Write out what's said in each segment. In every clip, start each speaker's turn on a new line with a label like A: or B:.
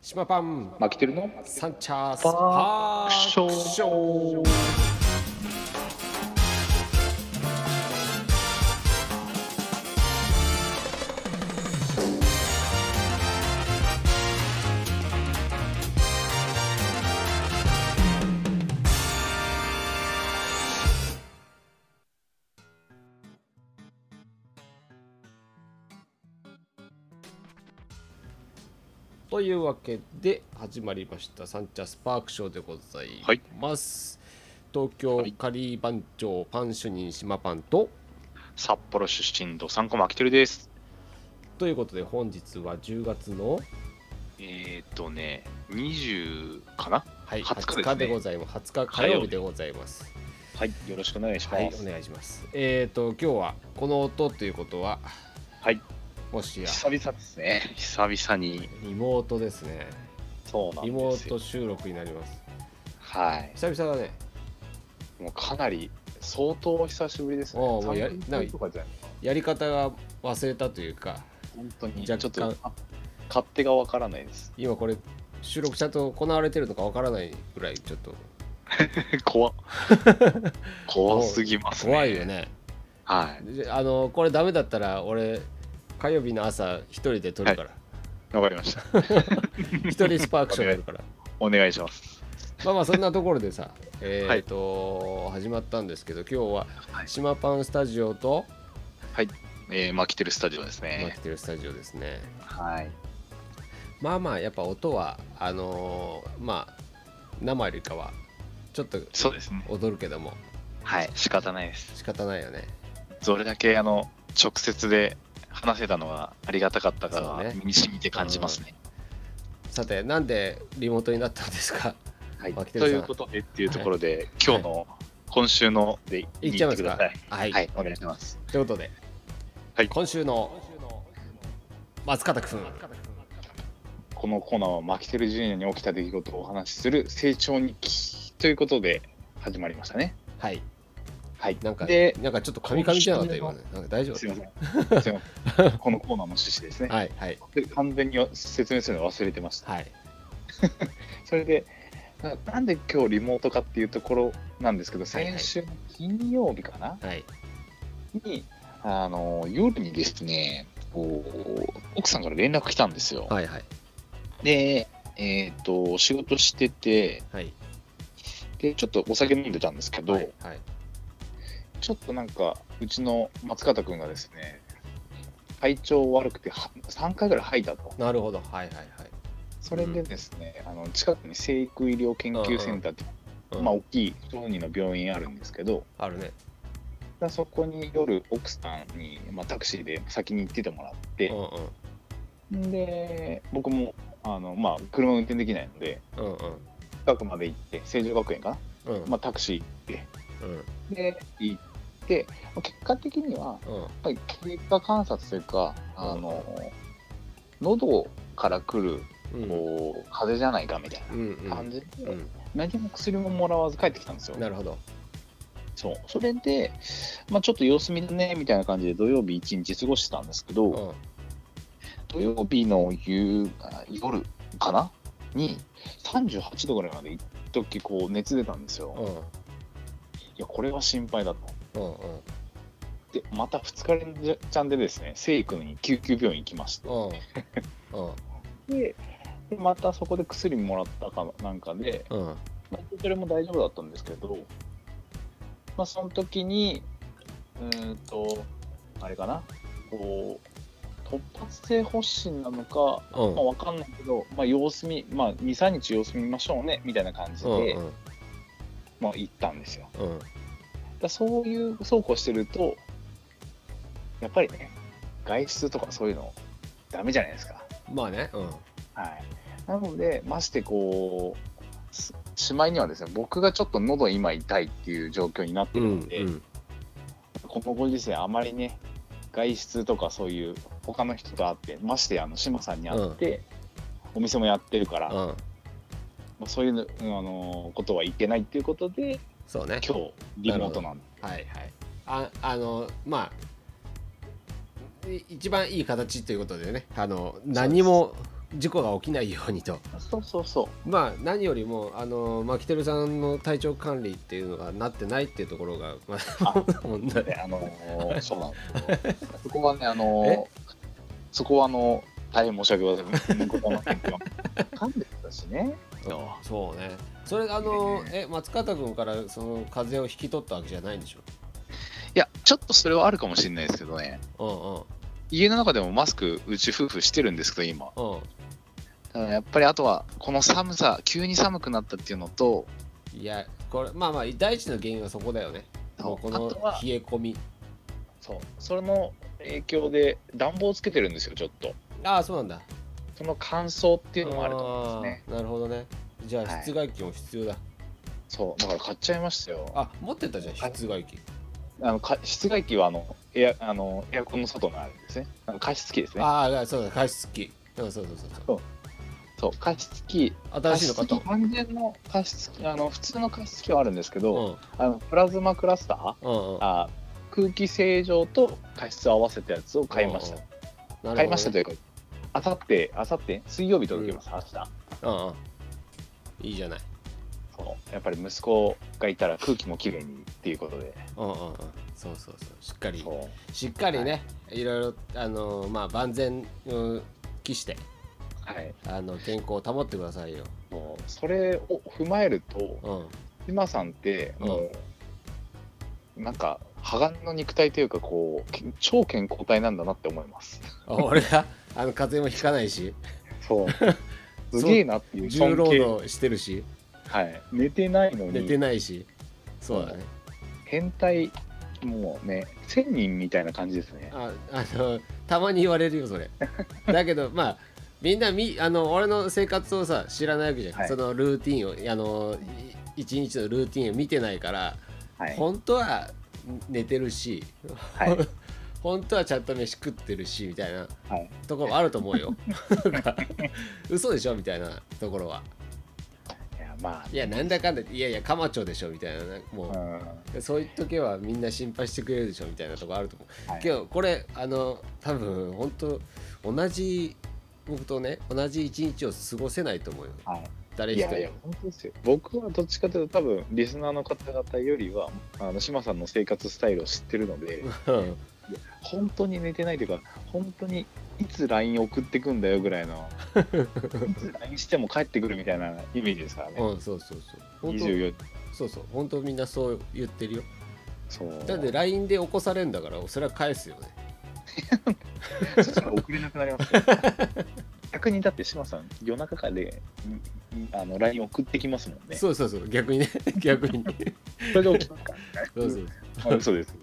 A: 島パン
B: マキテルの
A: サンチャース
B: パ
A: パー
B: ー
A: ク
B: クシ
A: シ
B: ョ
A: ョ
B: ン
A: ンというわけで始まりましたサンチャースパークショーでございます、東京
B: はい
A: カリー番長パン主任島パンと
B: 札幌出身ドサンコマキテルです。
A: ということで本日は10月の、
B: えーっとね、20かな
A: はい、20,
B: 20日
A: 日で
B: ですね
A: ございます20日火曜日でございます
B: はい、よろしくお願いし
A: はいお願いしますえっ、ー、と今日はこの音ということは
B: はい
A: もしや
B: 久々ですね。久々に。
A: リモートですね
B: そうなん
A: リ
B: で
A: モ
B: す
A: ー
B: よ
A: ト。収録になります
B: はい。
A: 久々だね
B: もうかなり、相当久しぶりですね。
A: おーもうや
B: 3
A: なん
B: 年とかじゃない
A: やり方が忘れたというか
B: 本当に。ちょ
A: 若干
B: っと、あ勝手がわからないです。
A: 今これ収録ちゃんと行われてるのかわからないぐらいちょっと
B: 怖っ怖すぎますね。
A: 怖いよ。ね
B: はい。
A: であのこれダメだったら俺火曜日の朝一人で撮るから
B: わかりました。
A: 一、人スパークションやる から
B: お願いします。
A: まあまあそんなところでさえっと、始まったんですけど今日は
B: はい
A: 島パンスタジオと
B: えー、マキテルスタジオです
A: マ
B: ね
A: キ。テルスタジオですね
B: はい。
A: まあまあやっぱ音はあのーまあ生よりかはちょっと
B: そうですね。
A: 踊るけども
B: はい。仕方ないです。
A: 仕方ないよね
B: それだけあの直接で話せたのはありがたかった
A: そ
B: か
A: う
B: ら、
A: ね
B: 身に染みて感じますね。
A: さてなんでリモートになったんですか
B: はい、
A: マキテル
B: と
A: さん
B: いうことでっていうところで、今日の、今週ので
A: いっちゃ
B: 言
A: い
B: っ
A: ま
B: て
A: す
B: くだ
A: か
B: さい。
A: はい、
B: はい、お願いします。
A: ということで、
B: はい
A: 今週の松方君
B: このコーナーはマキテルジュニアに起きた出来事をお話しする成長日記ということで始まりましたね。
A: はい
B: はい。
A: なんか
B: で、
A: なんかちょっと噛み噛みじゃなかった今
B: 今
A: ねなんか大丈
B: す
A: 夫
B: み ません。すみません。このコーナーの趣旨ですね。
A: はいはい
B: で完全に説明するの忘れてました。
A: はい
B: それでななんで今日リモートかっていうところなんですけど、
A: いはい
B: 先週の金曜日かな、
A: はい
B: にあの夜にですねこう奥さんから連絡来たんですよ。
A: はいはい
B: で、えー、と仕事してて
A: はい
B: で、ちょっとお酒飲んでたんですけど、
A: はいはい
B: ちょっとなんか、うちの松方君がですね、体調悪くては3回ぐらい吐いたと、
A: なるほどはいはいはい
B: それでですね、あの近くに生育医療研究センターって、
A: うん
B: まあ、大きい小児の病院あるんですけど、
A: あるね
B: だそこに夜、奥さんに、まあ、タクシーで先に行っててもらって
A: うん、
B: で僕もあの、まあ、車運転できないので、
A: うんうん
B: 近くまで行って、成城学園かな、
A: うんうん
B: まあ、タクシー行って、
A: うん
B: で、行って、まあ結果的には、
A: うん
B: やっぱり経過観察というか、あの喉から来る
A: うん
B: こう風邪じゃないかみたい
A: うん
B: な感じで、
A: うん
B: 何も薬ももらわず帰ってきたんですよ
A: うん。なるほど
B: そうそれで、まあ、ちょっと様子見だねみたいな感じで、土曜日一日過ごしてたんですけど、
A: うん
B: 土曜日の夕あ夜かなに38度ぐらいまで一時こう熱出たんですよ、
A: う
B: い
A: ん
B: やこれは心配だと
A: うんうん
B: でまた2日連チャンでですね生育に救急病院行きまして
A: うんうん
B: ででまたそこで薬もらったかなんかで、
A: うん
B: まあ、それも大丈夫だったんですけどまあその時にうーんとあれかなこう突発性発疹なのか
A: うん
B: まあ、わかんないけど、まあ、様子見、まあ、2、3日様子見ましょうねみたいな感じで、
A: うん
B: まあ、行ったんですよ。
A: うん
B: だからそういう、そうこうしてると、やっぱりね、外出とかそういうの、ダメじゃないですか。
A: まあねうん
B: はい。なので、ましてこう、すしまいにはですね、僕がちょっと喉今痛いっていう状況になって
A: う
B: る
A: ん
B: ので、
A: うん
B: このご時世、あまりね、外出とかそういう、他の人と会って、ましてあの、志麻さんに会って、お店もやってるから、
A: うん
B: まあ、そういうの、うんあのーことはいけないっていうことで、
A: そうね
B: 今日、リモートなんで、
A: はいはいああのまあい一番いい形ということでねあの何も事故が起きないようにと
B: そうそうそ
A: まあ何よりもあのマキテルさんの体調管理っていうのがなってないっていうところが、まあ、 問
B: う。
A: 題
B: で、あの ー、そうなんですよ。そこはね、あのー、そこはあのー、大変申し訳ございません。ごませんけど。噛んでたしね。
A: そうそうねそれあのえ松方君からその風邪を引き取ったわけじゃないんでしょ
C: いや、ちょっとそれはあるかもしれないですけどね。
A: う
C: 家の中でもマスク、うち夫婦してるんですけど、今。
A: んうんうん
C: ただやっぱりあとは、この寒さ、急に寒くなったっていうのと、
A: いやこれまあまあ第一の原因はそこだよねもうこの
C: あとは
A: 冷え込み
B: そう。
C: それの影響で暖房つけてるんですよ、ちょっと。
A: ああそうなんだっ
C: その乾燥っていうのもあると思うんですね。
A: なるほどねじゃ
C: は
A: あ
C: い
A: 室外機も必要だ、
C: そう、だから買っちゃいましたよ。
A: あ持ってたじゃん室外機
B: あのか室外機はあのエアあのエアコンの外のあれですね。あの加湿器ですね。
A: ああそうだ加湿器うんそうそうそうそう
B: そう加湿器。
A: 新しいの買った
B: 加湿器完全の加湿器あの普通の加湿器はあるんですけ
A: う
B: ど、
A: ん
B: あのプラズマクラスター
A: うんうん
B: あ空気清浄と加湿を合わせたやつを買いました。
A: うんうん
B: 買いましたと
A: な
B: いう
A: る
B: か、あさってあさって水曜日届きます、明日。
A: ほどねうんうんいいじゃない
B: そうやっぱり息子がいたら空気もきれいにっていうことで。
A: うんうんうんそうそうそうしっかり
B: そう
A: しっかりね、い、ろいろあのまあ万全を期して
B: はい。
A: あの健康を保ってくださいよ
B: もうそれを踏まえると、
A: うん
B: 今さんって
A: うん
B: もう、なんか裸眼の肉体というかこうけ超健康体なんだなって思います。
A: あ俺があの風邪もひかないし
B: そう。すげえなっていう
A: 重
B: 尊
A: 労
B: 敬。
A: 働してるし
B: はい。寝てないの
A: 寝て
B: に
A: ないしそうだね
B: 変態もうね千人みたいな感じですね。
A: ああのたまに言われるよそ れだけどまあみんなみあの俺の生活をさ知らないわけじゃん、
B: はい
A: そのルーティンをあのい一日のルーティンを見てないから、
B: はい。
A: 本当は寝てるし、
B: はい
A: 本当はちゃんと飯食ってるしみたいな
B: はい
A: ところはあると思 うよなんか嘘でしょみたいなところはい
B: やま
A: いやなんだかんだいやいやマチョでしょみたいななんかもう
B: あ、う、ん。は
A: そういう時はみんな心配してくれるでしょみたいなとこあると思う、
B: はい
A: けどこれあの多分本当同じ僕とね同じ一日を過ごせないと思うよ
B: い。
A: 誰
B: い
A: 一人
B: やいや、本当ですよ。僕はどっちかというと、多分リスナーの方々よりは、あの島さんの生活スタイルを知ってるので、
A: うん
B: 本当に寝てないというか、本当にいつ LINE 送ってくんだよぐらいの、いつ LINE しても帰ってくるみたいなイメージですからね、
A: うんそうそうそう本当
B: 24
A: そうそう本当みんなそう言ってるよ
B: そう
A: だって、LINE で起こされるんだからそれは返すよね
B: そしたら送れなくなりますよ逆にだって島さん、夜中からでんんあの LINE 送ってきますもんね。
A: そうそうそう逆にね 逆に
B: それで起きます か
A: そうそう
B: ら、あ嘘です。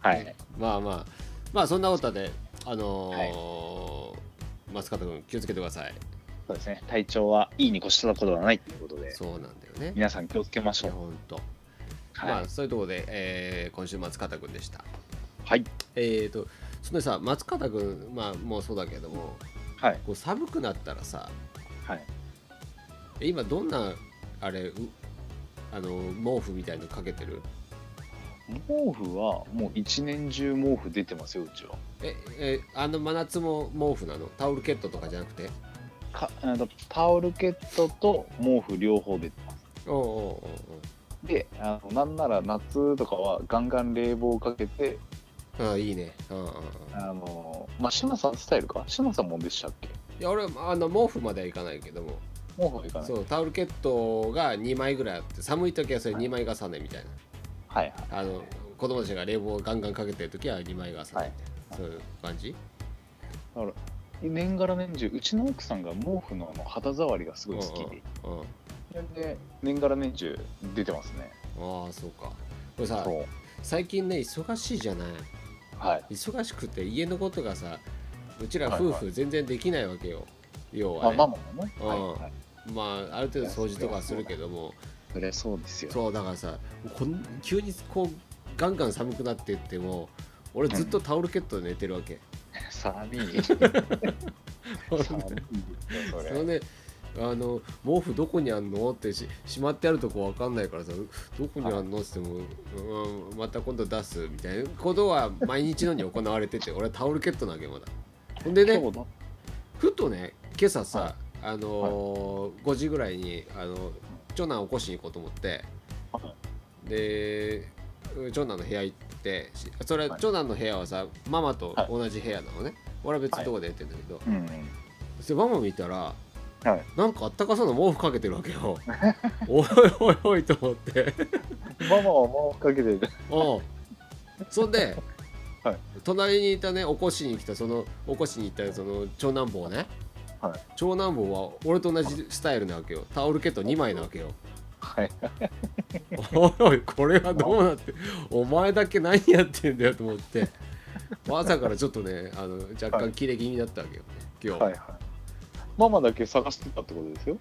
B: はい。
A: まあまあまあそんなことであのー松方君気をつけてください
B: そうですね。体調はいいに越したことはないということで、
A: そうなんだよね
B: 皆さん気をつけまし
A: い
B: ょ
A: や
B: う。
A: ほんと
B: は
A: ま
B: い
A: あ。そういうところで、えー今週松方君でした
B: はい。
A: えー、とそのさ松方君まあもうそうだけども
B: はい。
A: こう寒くなったらさ
B: はい。
A: 今どんなあれうあの毛布みたいのかけてる
B: 毛布はもう一年中毛布出てますよ、うちは。
A: ええあの真夏も毛布なのタオルケットとかじゃなくて
B: かあのタオルケットと毛布両方出てます。
A: おうおうおうおう
B: で、あのなんなら夏とかはガンガン冷房かけて、
A: ああいいね。うんうんうん。
B: あのまあ、シュナさんスタイルかシュナさんもでしたっけ
A: いや俺あの毛布まではいかないけども、
B: 毛布はいかない。
A: そうタオルケットが2枚ぐらいあって寒い時はそれ2枚重ねみたい
B: はいはい。
A: な。あの子供たちが冷房をガンガンかけてる時は2枚重ねみたいな、
B: はい
A: そういう感じ。
B: 年がら年中、うちの奥さんが毛布のあの肌触りがすごい好きで、
A: うんうんうん。
B: それで年がら年中出てますね。
A: ああそうか。これさ
B: そう。
A: 最近ね忙しいじゃない。
B: はい。
A: 忙しくて家のことがさうちら
B: はいはい
A: 夫婦全然できないわけよ。要は
B: あ、
A: ね。
B: ママもね。
A: うん
B: はいはい。
A: まあある程度掃除とかはするけども。
B: それそうですよ。
A: そうだからさこん急にこうガンガン寒くなってっても俺ずっとタオルケットで寝てるわけ、
B: 寒 い。寒いですよそ
A: それ
B: れ。
A: であの毛布どこにあんのってししまってあるとこわかんないからさどこにあんのって言っても、うん、また今度出すみたいなことは 毎日のように行われてて俺はタオルケットなわけよまだほんでね
B: 今日だ
A: ふとね昨今朝さ、
B: はい
A: あのー5時ぐらいにあの長男を起こしに行こうと思って、
B: は
A: で長男の部屋行ってしそれ
B: はい
A: 長男の部屋はさママと同じ部屋なのね、俺は別のとこでやってんだけど、
B: うん。
A: それママ見たら、
B: はい
A: なんかあったかそうな毛布かけてるわけ よおいおいおいと思って
B: ママはもうかけてる。
A: おうそんで、
B: はい
A: 隣にいたね起こしに来たその起こしに行ったその長男坊ね、
B: はい
A: 長男坊は俺と同じスタイルなわけよタオルケット2枚なわけよ
B: はい。
A: おいおいこれはどうなってお前だけ何やってんだよと思 って朝からちょっとねあの若
B: は
A: 干
B: い
A: キレ気味だったわけよ今日、
B: はいはい。ママだけ探してたってことですよ。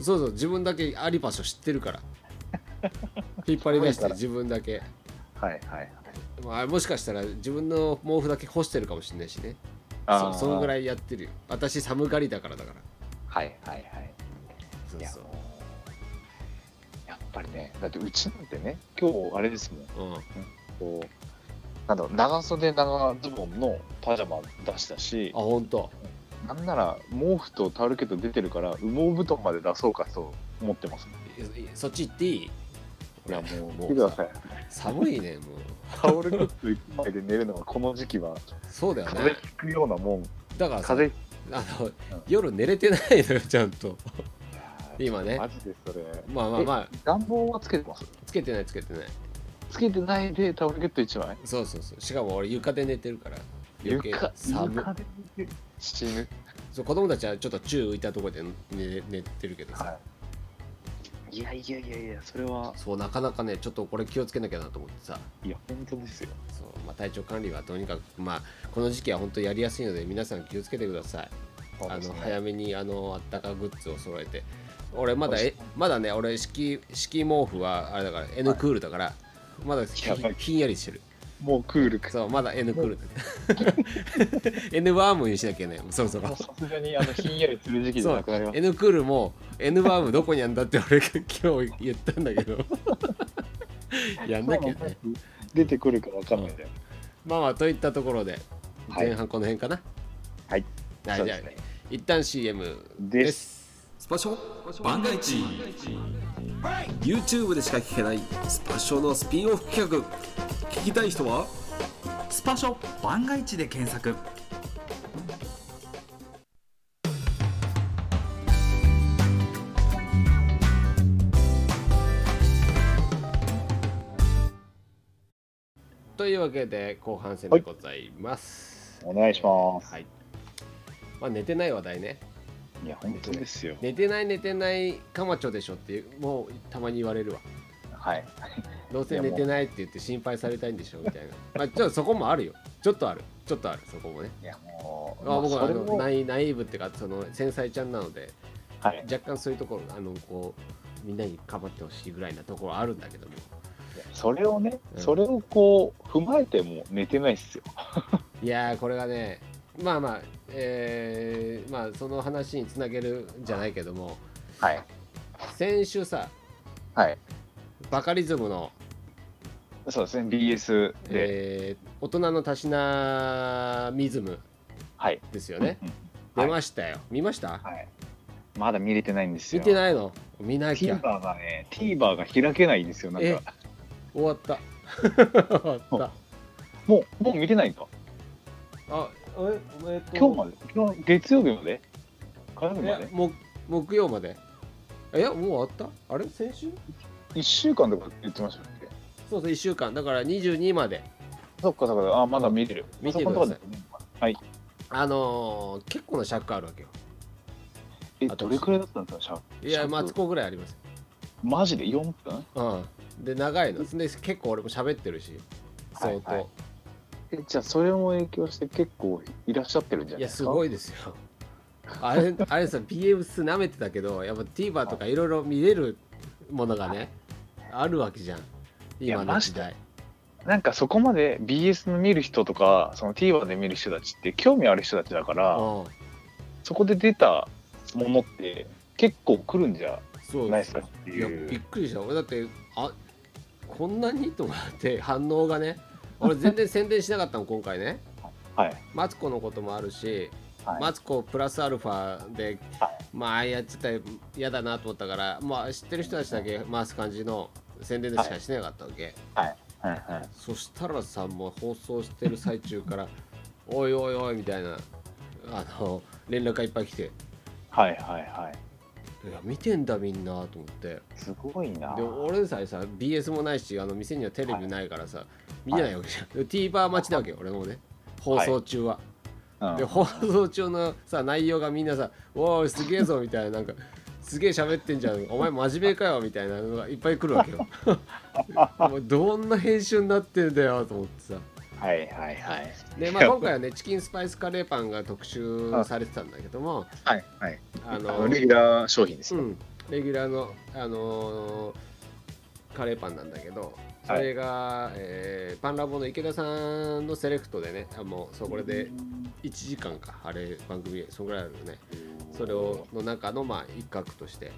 A: そうそう自分だけあり場所知ってる から引っ張り出し
B: す
A: て
B: ごいから
A: 自分だけ、
B: はいはい。
A: まあ、もしかしたら自分の毛布だけ干してるかもしれないしねそそのぐら
B: い。
A: いやってるよ私寒がりだからだから
B: はいはいはい。
A: そう
B: いや
A: そう
B: もうやっぱりね、だってうちなんてね、今日あれですもん、
A: うん
B: こう、なんだろう、長袖長ズボンのパジャマ出したし、
A: あ本当
B: なんなら毛布とタオルケット出てるから、羽毛布団まで出そうかと思ってます、ね。
A: いいそっち行っていい
B: いやも
A: も
B: う、見てください。
A: 寒いねもう
B: タオルケット一枚で寝るのは、この時期は、
A: そうだよ
B: 風
A: ね
B: 邪ひくようなもん、
A: だからさ
B: 風邪
A: あの
B: ん
A: 夜寝れてないのよちゃんと
B: ひ
A: 今ね
B: マジでそれ。
A: まあまあまあ
B: 暖房はつけてます
A: つけてないつけてない
B: つけてないでタオルケット一枚
A: そうそうそうしかも俺床で寝てるから余計
B: 床
A: 寒い
B: 床で寝て死ぬ
A: そう子供たちはちょっと宙浮いたところで寝寝てるけどさ、
B: いやいやいやいや、それは。
A: そうなかなかねちょっとこれ気をつけなきゃなと思ってさ
B: いや、本当ですよ。
A: そう、まあ、体調管理はとにかく、まあ、この時期は本当やりやすいので皆さん気をつけてください、あの早めにあのあったかグッズを揃えて俺まだ
B: そう
A: え
B: です
A: まだね俺敷敷毛布はあれだから N クールだから、まだひ
B: やばい
A: ひんやりしてる
B: もうクールか。
A: そうまだ N クール N ワームにしなきゃねそろそ
B: も
A: ろ
B: うさすがにあのひんやりする時期じゃ なくなりま
A: N クールも N バームどこにあんだって俺 今日言ったんだけ どやんなきゃね
B: す。出てくるかわかんないんだよ。
A: まあまあといったところで
B: はい
A: 前半この辺かな
B: はい。
A: はい、
B: そう
A: じ
B: で
A: ゃあ
B: すね
A: 一旦 CM
B: です
D: スパショ番外地 YouTube でしか聞けないスパショのスピンオフ企画聞きたい人は
E: スパショ番外地で検索
A: というわけで後半戦でございます、
B: お願いします。
A: はいまあ、寝てない話題ね
B: いや、本当ですよ。
A: 寝てない寝てないカマチョでしょっていうもうたまに言われるわ
B: はい。
A: どうせ寝てないって言って心配されたいんでしょみたいなまあちょっとそこもあるよちょっとあるちょっとあるそこもね
B: いや、もう。
A: まあ、僕は
B: そ
A: あ
B: れ
A: の
B: も
A: ナイナイーブっていうかその繊細ちゃんなので
B: はい。
A: 若干そういうところあのこうみんなにかまってほしいぐらいなところはあるんだけども
B: それをね、
A: うん
B: それをこう、踏まえても寝てないっすよ。
A: いやーこれがねまあまあえー、まあその話につなげるんじゃないけども
B: はい。
A: 先週さ
B: はい。
A: バカリズムの、
B: そうですね、BS で。
A: えー大人のたしなミズム
B: はい。
A: ですよね
B: うん。
A: 出ましたよ、見ました、
B: はい。まだ見れてないんですよ。
A: 見てないの見なきゃ
B: TVer がね、TVer が開けないんですよ、なん
A: え
B: か。
A: 終わった 終わった
B: もう、もう見れないんか。
A: あええっと
B: 今日まで、今日月曜日まで火曜日ま
A: え
B: で
A: も木曜までえいやもう終わったあれ先週
B: ?1 週間とか言ってましたっけ
A: そうそう1週間だから22まで
B: そっかそっか、あ、まだ見れる。
A: 見てください
B: パソコンとかではい。
A: あのー結構な尺あるわけよ
B: え、
A: あ
B: どれくらいだったんですか、シャープ
A: いや
B: 尺
A: マツコぐらいあります
B: マジで4分
A: ようんで長いので結構俺も喋ってるし相当、
B: はいいはいえ、じゃあそれも影響して結構いらっしゃってるんじゃない
A: や
B: です
A: す
B: か
A: ごいですよあれあれさ BS 舐めてたけどやっぱ TVer とかいろいろ見れるものがねあるわけじゃん今の時代
B: なんかそこまで BS の見る人とか、その TVer で見る人たちって興味ある人たちだから、
A: うん
B: そこで出たものって結構来るんじゃ
A: そう
B: ないですかって
A: いやび
B: い
A: っ
B: う。
A: くりした俺だってあこんなにと思って反応がね俺全然宣伝しなかったの今回ね
B: はい。
A: マツコのこともあるし
B: はい
A: マツコプラスアルファで、まあ、ああやってたら嫌だなと思ったから、まあ、知ってる人たちだけ回す感じの宣伝でしかしなかったわけ、
B: はいはい
A: そしたらさもう放送してる最中から 「おいおいおい」みたいなあの連絡がいっぱい来て
B: はいはいはい
A: 「いや見てんだみんな」と思って
B: すごいな
A: で俺でさえさ BS もないしあの店にはテレビないからさ、見てないわけじゃん、で TVer 待ちだわけよ俺もね放送中は、
B: うん
A: で放送中のさ内容がみんなさ「おーすげえぞ」みたいななんか「すげえ喋ってんじゃんお前真面目かよ」みたいなのがいっぱい来るわ けよもうどんな編集になってんだよと思ってさ
B: はいはいはい
A: でまあ、 今回はねチキンスパイスカレーパンが特集されてたんだけども
C: はいはい
A: あ
C: あ
A: の、う
C: の
A: ん、
C: レ
A: レ
C: ギュラー商品ですよ、
A: ギュラーの、あのーカレーパンなんだけどそれが、えーパンラボの池田さんのセレクトでねあもうそうこれで1時間かあれ番組そんぐらいあるよねそれをの中の、まあ、一角として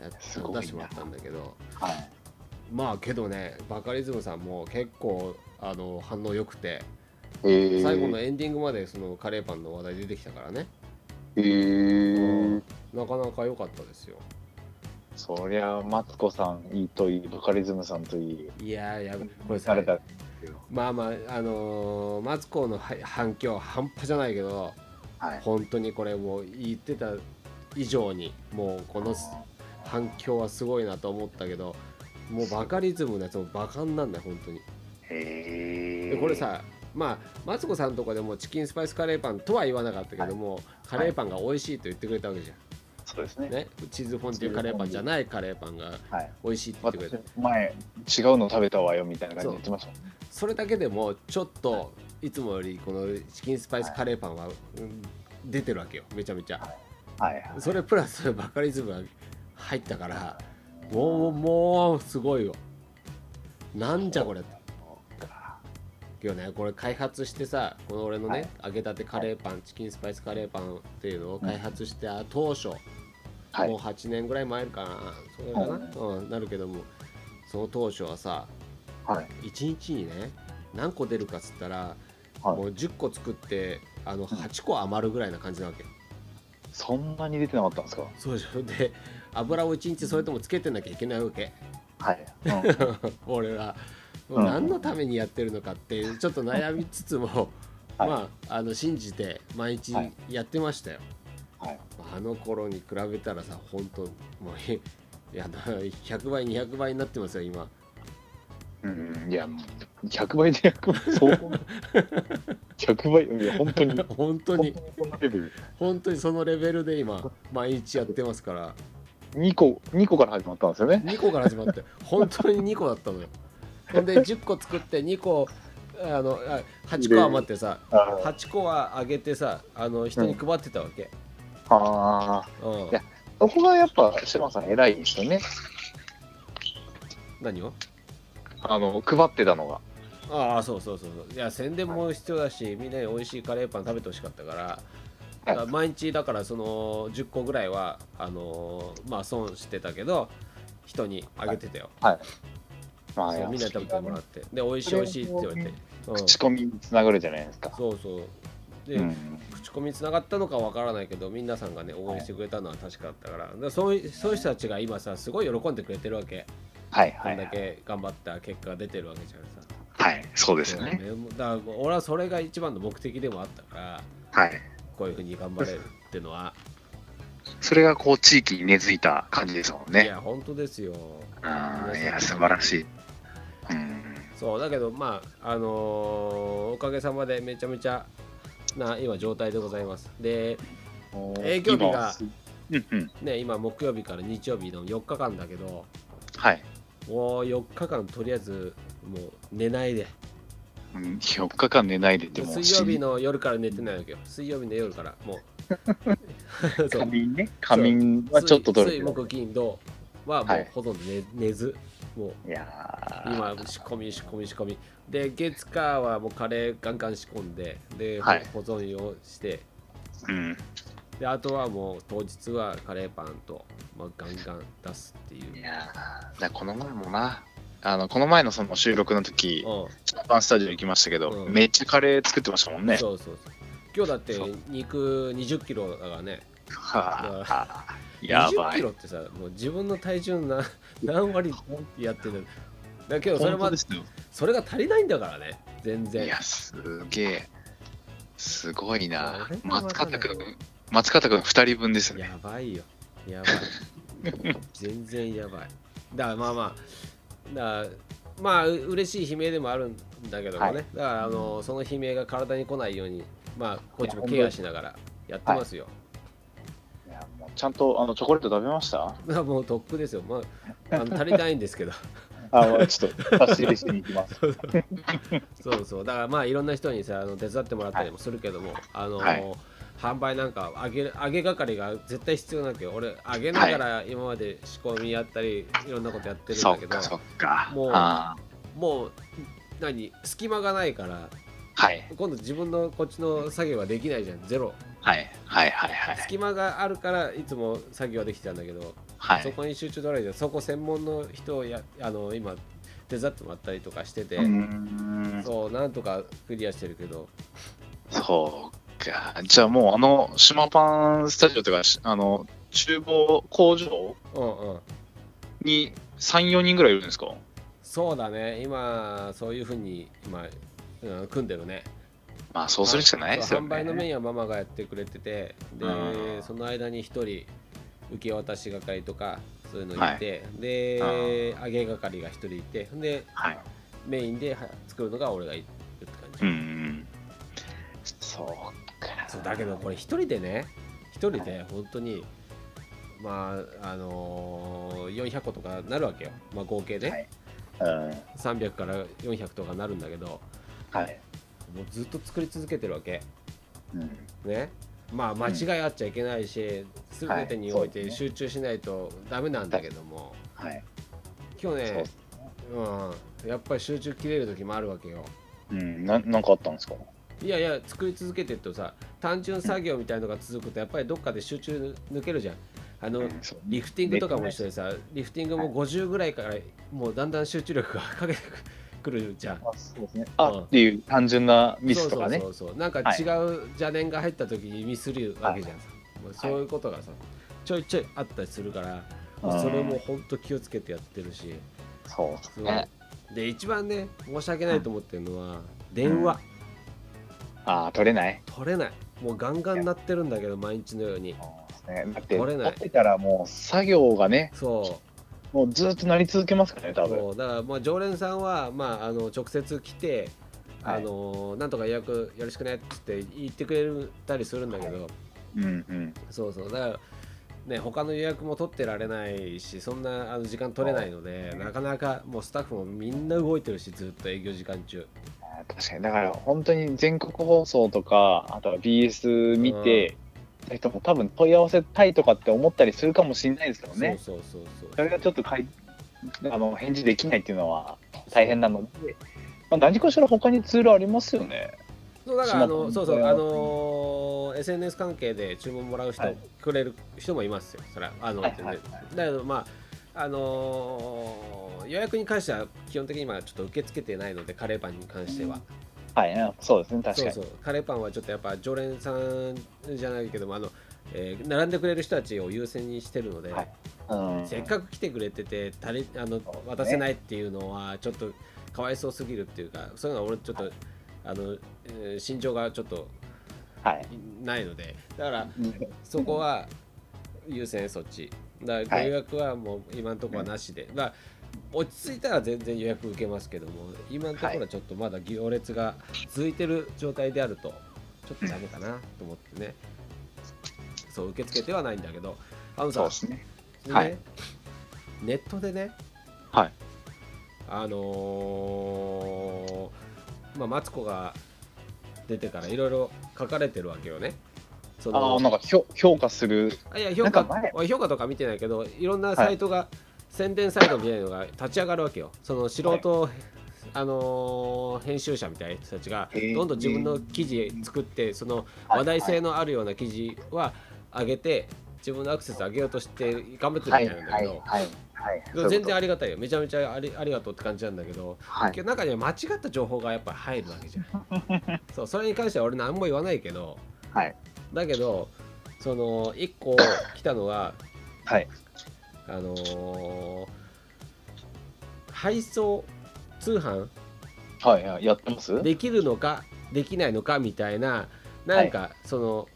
A: やっ
C: すごいな
A: 出してもらったんだけど
B: はい
A: まあけどねバカリズムさんも結構あの反応良くて
B: えー
A: 最後のエンディングまでそのカレーパンの話題出てきたからね
B: えー
A: なかなか良かったですよ
B: そりゃマツコさんいいといいバカリズムさんといい
A: いやーやべこれ
B: さ
A: さ
B: れた
A: まあまああのーマツコのは反響半端じゃないけど、
B: はい
A: 本当にこれもう言ってた以上にもうこのす反響はすごいなと思ったけどもうバカリズムのやつもバカになんだよ本当に
B: へ
A: でこれさまあマツコさんとかでもチキンスパイスカレーパンとは言わなかったけども、カレーパンが美味しいと言ってくれたわけじゃん
B: そうですね
A: ね、チーズフォンデュカレーパンじゃないカレーパンが
B: はい
A: 美味しいって言ってくれ
B: 私
A: た、
B: 前違うの食べたわよみたいな感じで言ってましたもんね
A: それだけでもちょっといつもよりこのチキンスパイスカレーパンは、うん出てるわけよめちゃめちゃ
B: はいはい
A: それプラスバカリズムが入ったからもうもうすごいよなんじゃこれ今日ねこれ開発してさこの俺のね、揚げたてカレーパンチキンスパイスカレーパンっていうのを開発した当初、
B: はい
A: もう8年ぐらい前かなそれかな、うん、なるけどもその当初はさ
B: はい
A: 1日にね何個出るかっつったら、
B: はい
A: もう10個作ってあの8個余るぐらいな感じなわけ、
B: そんなに出てなかったんですか
A: そうでしょで油を1日それともつけてなきゃいけないわけ
B: はい、うん
A: 俺はも
B: う
A: うん何のためにやってるのかって ちょっと悩みつつも、
B: はい
A: まああの信じて毎日
B: はい
A: やってましたよ、
B: はい
A: あの頃に比べたらさ本当もういいやな100倍200倍になってますよ今
B: うんいや、もう100倍で100倍、そう。100倍、いや、本当に、
A: 本当
B: 本
A: に
B: 当にこのレベル。
A: 本当にそのレベルで今毎日やってますから
B: 2個、2個から始まったんですよね。
A: 2個から始ま って本当に2個だったのよほんで10個作って2個あのあ8個余ってさ
B: あ
A: 8個はあげてさあの人に配ってたわけ、
B: あ
A: うん
B: いやー、そこがやっぱ、シマさん偉いですよね。
A: 何を
B: あの、配ってたのが。
A: ああそうそうそうそういや宣伝も必要だしみんなに美味しいカレーパン食べてほしかったからだから毎日だからその10個ぐらいはあのーまあ損してたけど人にあげてたよ、
B: まあ、
A: そうみんなに食べてもらってで美味しい美味しいって言われて、うん、
B: 口コミにつながるじゃないですか。
A: そうそうで、
B: うん。
A: 口コミつながったのかわからないけど皆さんがね応援してくれたのは確かだったからでそういそういう人たちが今さすごい喜んでくれてるわけ
B: はい
A: こ
B: は
A: ん
B: い
A: だ
B: はい。
A: け頑張った結果が出てるわけじゃないさ
C: はいそうですよね
A: そうねだから俺はそれが一番の目的でもあったから
C: はい
A: こういうふうに頑張れるっていうのは、
C: それがこう地域に根付いた感じですもん
A: い
C: ね
A: や本当ですよ
C: あーい
A: 皆
C: や
A: さ
C: 素
A: ん
C: 晴らしいうん
A: そうだけどまああのーおかげさまでめちゃめちゃな今状態でございますで営業日が
C: うんうん
A: ね今木曜日から日曜日の4日間だけど
C: はい
A: もう4日間とりあえずもう寝ないで
C: うん4日間寝ないでってもう
A: 水曜日の夜から寝てないわけよ水曜日の夜からも うそう
B: 仮眠ね。仮眠はちょっと
A: 水
B: 取れ
A: 水
B: て
A: 木
B: る。
A: 金土はも
B: は
A: う
B: い
A: ほとんど寝,、寝ずもう
B: いやー
A: 今仕込み仕込み仕込みで月火はもうカレーガンガン仕込んでで、
C: はい
A: 保存をして
C: うん
A: であとはもう当日はカレーパンと、まあ、ガンガン出すっていう
C: いやーだからこの前もなあのこの前のその収録の時
A: うん
C: ジャパンスタジオ行きましたけど、
A: うん
C: めっちゃカレー作ってましたもんね
A: そうそうそう今日だって肉2 0キロだからね
C: はあや
A: 2 0
C: ば
A: キ
C: い
A: ロってさもう自分の体 重のな何割やってるだけどそれ
C: 本当
A: ま
C: で
A: です
C: よ
A: それが足りないんだからね全
C: い
A: 然
C: や、すげえ。すごいな
A: あれ。はま
C: 松
A: たね
C: 方君、松方君2人分ですね。
A: やばいよやばい 全然やばいだからまあまあだからまあう嬉しい悲鳴でもあるんだけどもね、
B: は
A: だからあのその悲鳴が体に来ないようにまあこっちもケアしながらやってますよ、
B: いやもうちゃんとあのチョコレート食べま した
A: まあもうとっくですよまああの足りないんですけど
B: あもうちょっと差し入れしに行きます。
A: そうそうだからまあいろんな人にさあの手伝ってもらったりもするけども、あの、
C: はい
A: 販売なんか上げ上げ係が絶対必要なわけよ俺上げながら今まで仕込みやったり、い、ろんなことやってるん
C: そ
A: だ
C: っ
A: けど
C: かそっか。
A: もう
C: あ
A: もう何隙間がないか
C: ー
A: ら
C: はい
A: 今度自分のこっちの作業はできないじゃんゼロ
C: はいはいはいはい。
A: 隙間があるからいつも作業はできてたんだけど、
C: は
A: そ
C: い。
A: こに集中取られてそこ専門の人をやあの今手伝ってもらったりとかしてて、
C: うーん
A: そうなんとかクリアしてるけど
C: そうか。じゃあもうあの、島パンスタジオというか、しあの、厨房工場
A: うんうん
C: に3、4人ぐらいいるんですか
A: そうだね、今、そういうふうに今、うん、組んでるね。
C: まあそうするしかないですよね。
A: 販売のメインはママがやってくれてて、
C: う
A: で、
C: ん
A: その間に一人、受け渡し係とか、そういうのいて、で、揚げ係が一人いて、で、
C: はい
A: メインでは作るのが俺がいるって感
C: う
A: じ。
C: んうん。そうか。
A: そうだけど、これ一人でね、一人で本当に、まあ、あのー400個とかなるわけよ、まあ、合計で、
B: はいうん
A: 300から400とかなるんだけど、
B: はい。
A: もうずっと作り続けてるわけ。
B: うん
A: ねまあ間違いあっちゃいけないし、全てにおいて集中しないとダメなんだけども、
B: はい。
A: 今日
B: そう
A: ね
B: っす
A: うん、やっぱり集中切れる時もあるわけよ
B: うん、ななんかあったんですか
A: いやいや作り続けてるとさ単純作業みたいのが続くとやっぱりどっかで集中抜けるじゃんあの、
B: うんそう
A: リフティングとかも一緒でさリフティングも50ぐらいからもうだんだん集中力がかけてく るじゃん
B: あそうです
A: う
B: ね。
A: ん
B: あっていう単純なミスとかね
A: そ。うそうそうそうなんか違う邪念が入った時にミスるわけじゃん、もうそういうことがさちょいちょいあったりするから、
B: うん
A: それも本当気をつけてやってるし、
B: そうっす
A: そう
C: ね
A: で一番ね申し訳ないと思ってるのは、電話
B: ああ、取れない。
A: 取れないもうガンガン鳴ってるんだけど毎日のように
B: そうですね。だって、
A: 取れ
B: 取
A: ない
B: ってたらもう作業がね、
A: そ
B: もうずっとなり続けますからね、多
A: う
B: 分。
A: そうだからまあ常連さんは、まあ、あの直接来て、
B: はい
A: あのなんとか予約よろしくねって言ってくれたりするんだけど、
B: うんうん。
A: そうそうだからね他の予約も取ってられないしそんなあの時間取れないのでなかなかもうスタッフもみんな動いてるしずっと営業時間中
B: あー確かに。だから本当に全国放送とか、あとは BS 見て、そういう人も多分問い合わせたいとかって思ったりするかもしれないですけどね。
A: そうそうそう
B: そ
A: そう
B: れがちょっとかいあの返事できないっていうのは大変なので、まあ、何かしら他にツールありますよね。
A: そうだからあの
B: 島
A: そうそう
B: うん
A: あのー SNS 関係で注文もらう人、
B: はい
A: くれる人もいますよそれはあの、
B: はいはいはい
A: だけどまああのー予約に関しては基本的に今ちょっと受け付けてないのでカレーパンに関しては、
B: はい、うんそうですね、確かに。
A: そうそうカレーパンはちょっとやっぱ常連さんじゃないけどもあの、えー並んでくれる人たちを優先にしてるので、
B: はいうん
A: せっかく来てくれてて足りあの渡せないっていうのはちょっとかわいそうすぎるっていうかそういうのは俺ちょっとあの、えー心情がちょっと
B: はい。
A: ないのでだからそこは優先そっちだから
B: は
A: ご
B: い
A: 予約はもう今のところはなしで、まあ落ち着いたら全然予約受けますけども今のところはちょっとまだ行列が続いてる状態であるとちょっとダメかなと思ってねそう受け付けてはないんだけどあの
C: そうです
A: さ
C: ね。
A: ね
C: はい
A: ネットでね、
C: はい
A: あのーまあマツコが出てからいろいろ書かれてるわけよねその
B: ああ、なんか評評価する。
A: あいや評
B: な
A: 価
B: んか前
A: 俺評価とか見てないけどいろんなサイトが、宣伝サイトみたいなのが立ち上がるわけよその素人、あのー編集者みたいな人たちが
B: へー
A: どんどん自分の記事作ってその話題性のあるような記事は上げて自分のアクセス上げようとして頑張ってる
F: は
A: み
F: い
A: た
F: はいい
A: なんだ
F: は
A: け
F: い
A: ど、
F: はいそういう
A: 全
F: こと
A: 然ありがたいよめちゃめちゃありありがとうって感じなんだけど、
F: はい
A: けど中には間違った情報がやっぱり入るわけじゃ んそうそれに関しては俺何も言わないけど、
F: はい
A: だけどその1個来たのが
F: はい
A: あのー配送通販
F: はいはいやってます
A: できるのかできないのかみたいななんかその、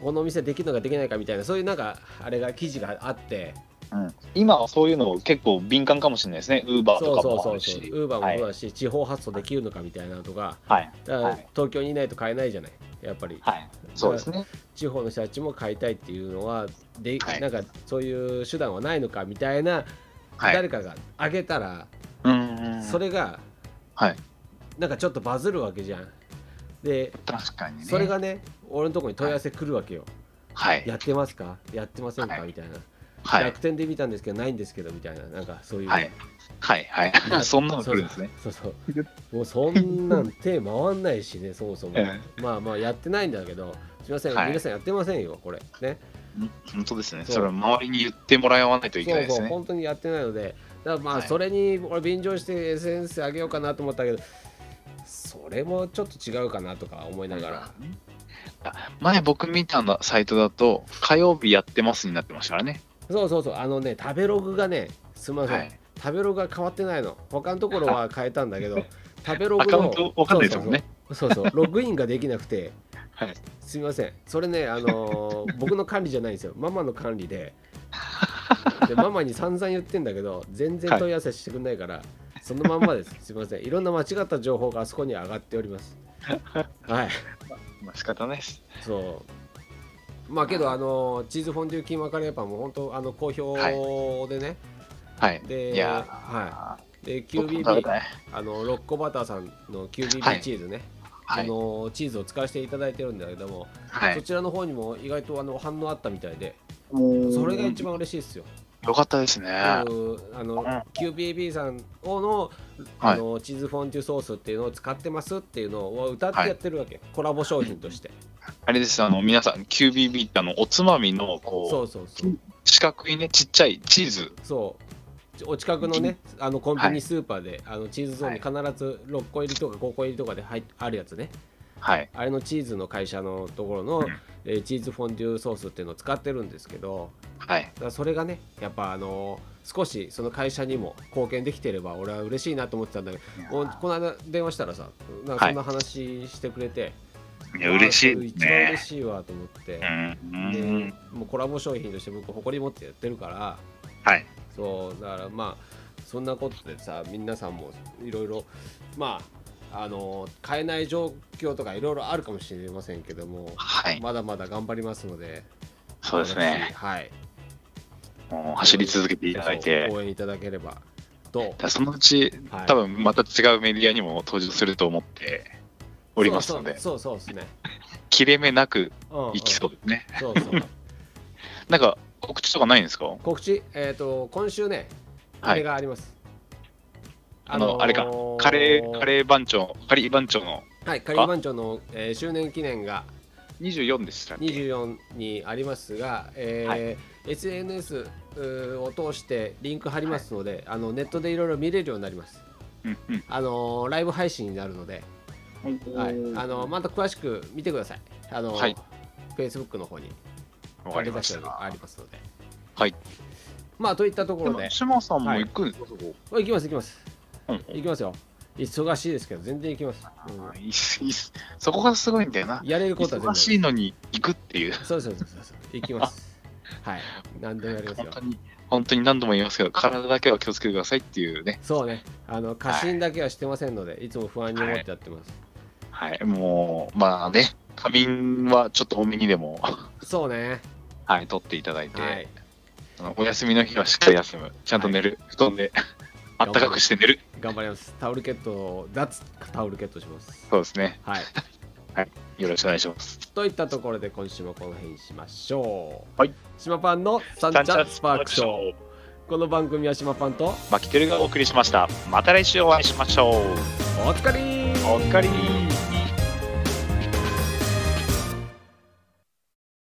A: このお店できるのかできないかみたいなそういうなんかあれが記事があって
F: 今はそういうの結構敏感かもしれないですね。ウーバー
A: そ
F: と
A: う
F: か
A: そう
F: もあ
A: そう
F: る
A: そう
F: し。
A: ウーバーもそうだし、地方発送できるのかみたいなのとか
F: はい。
A: だから
F: はい
A: 東京にいないと買えないじゃないやっぱり
F: はい。そうですね。
A: 地方の人たちも買いたいっていうのはで、
B: はい
A: なんかそういう手段はないのかみたいな、
B: はい。
A: 誰かが挙げたら
B: うん。
A: それが、
B: はい
A: なんかちょっとバズるわけじゃん。で
B: 確かにね。
A: それがね俺のとこに問い合わせ来るわけよ。
B: はい。
A: やってますかやってませんか、
B: はい
A: みたいな、
B: はい。
A: 楽天で見たんですけどないんですけどみたいななんかそういう、
B: はい。はい。はい。 そんなの来るんですね。
A: そうそうもうそんなん手回んないしねそもそも、
B: え
A: まあまあやってないんだけどすいません、
B: はい
A: 皆さんやってませんよこれね
B: え本当ですね。
A: そう
B: それは周りに言ってもらわないといけないで
A: そう
B: す
A: そう
B: ね。
A: 本当にやってないのでだからまあ
B: はい
A: それに俺便乗して SNS 上げようかなと思ったけどそれもちょっと違うかなとか思いながら
B: あ前僕見たのサイトだと、火曜日やってますになってましたからね。
A: そうそうそうあのね食べログがねすみません、
B: はい
A: 食べログが変わってないの他のところ は変えたんだけど食べログ
B: ア
A: の
B: カウントわかんないですもんね。
A: そうそうそうログインができなくて
B: はい。
A: すみませんそれねあの ー僕の管理じゃないんですよママの管理ででママに散々言ってんだけど全然問い合わせしてくんないから、そのまんまですすみませんいろんな間違った情報があそこに上がっており ますはい
B: まあ仕方ないです。
A: そうまあけどあのーチーズフォンデュキーマカレーパンも本当あの好評でね、
B: はい。
A: で
B: いや
A: はいで
B: 僕も食べ
A: QBB
B: たい。
A: あのロッコバターさんの
B: は
A: QBB
B: い
A: チーズね、
B: は
A: あ
B: い。
A: のーチーズを使わせていただいてるんだけども、
B: は
A: そ
B: い。
A: ちらの方にも意外とあの反応あったみたいで、そ
F: そ
A: れが一番嬉しいですよ。
B: よかったですね。
A: あ
B: は
A: の
B: ん
A: QBB さんをの,、あのチーズフォンデュソースっていうのを使ってますっていうのを歌ってやってるわけ、コラボ商品として。
B: あれです、あの、皆さん、QBB ってあの、おつまみの、
A: そ
B: こ
A: うそうそう。
B: う、四角いね、ちっちゃいチーズ。
A: そうお近くのね、あのコンビニスーパーで、あのチーズゾーンに必ず6個入りとか5個入りとかで入っあるやつね、
B: はい。
A: あれのチーズの会社のところの、
B: うん
A: えーチーズフォンデュソースっていうのを使ってるんですけど、
B: はい。
A: だからそれがねやっぱあの少しその会社にも貢献できてれば俺は嬉しいなと思ってたんだけ
B: いや
A: どおこの間電話したらさなんか
B: はい
A: そんな話してくれて、
B: いや、嬉しいです
A: あ一番
B: ね
A: 嬉。しいわと思って
B: う、ん。うん
A: でもうコラボ商品として僕誇り持ってやってるから
B: はい。
A: そうだからまあそんなことでさ皆さんもいろいろまああの買えない状況とかいろいろあるかもしれませんけども、
B: はい。
A: まだまだ頑張りますので
B: そうですね
A: 私。はい
B: もう走り続けていただいて
A: そう。応援いただければと
B: だからそのうち、
A: はい
B: 多分また違うメディアにも登場すると思っておりますので、
A: そうそうそうそうですね。
B: 切れ目なく
A: うん
B: いきそうですね。
A: うん。そうそう。
B: なんか、告知とかないんですか
A: 告知、えっ、と、今週ね、あれがあります。
B: あのあれかカレー、カ
A: ー。
B: レー番長、カリー番長の
A: はい、カレー番長の、えー周年記念が
B: 24でしたっけ
A: 24にありますが、えー SNS うーを通してリンク貼りますので、あのネットでいろいろ見れるようになります。
B: うんうん。
A: あのーライブ配信になるので、はい、あのまた詳しく見てください。あの、
B: はい
A: Facebook の方に
B: わかりまし
A: 出てるのがあ
B: た。
A: りますので。
B: はい。
A: まあといったとこ
B: で
A: ろで
B: も、、島さんも行くんですか、そこ
A: あ行きます行きます
B: うん
A: 行きますよ。忙しいですけど全然行きます。うん
B: いいっすいいっすそこがすごいんだよな。
A: やれることは全
B: 忙
A: 然
B: しいのに行くっていう、
A: そうそうそうそうそう行き ます。はい。何でもやります
B: 本
A: よ
B: 当。に、本当に何度も言いますけど、体だけは気をつけてくださいっていうね。
A: そうね。あの過信だけはしてませんので、い、つも不安に思ってやってます。
B: はい、もう、まあね、仮眠はちょっと多めにでも、
A: そうね。
B: はい、取っていただいて、
A: はい。
B: あのお休みの日はしっかり休む。ちゃんと寝る。布団で、あったかくして寝る。
A: 頑張ります。タオルケットを脱タオルケットします。
B: そうですね。
A: はい。
B: よろしくお願いします。
A: といったところで今週もこの辺にしましょう。
B: はい。
A: 島パンのサンチャスパークショー。
B: ー。
A: この番組は島パンと
B: マキテルがお送りしました。また来週お会いしましょう。
A: お疲れー
B: お疲れ。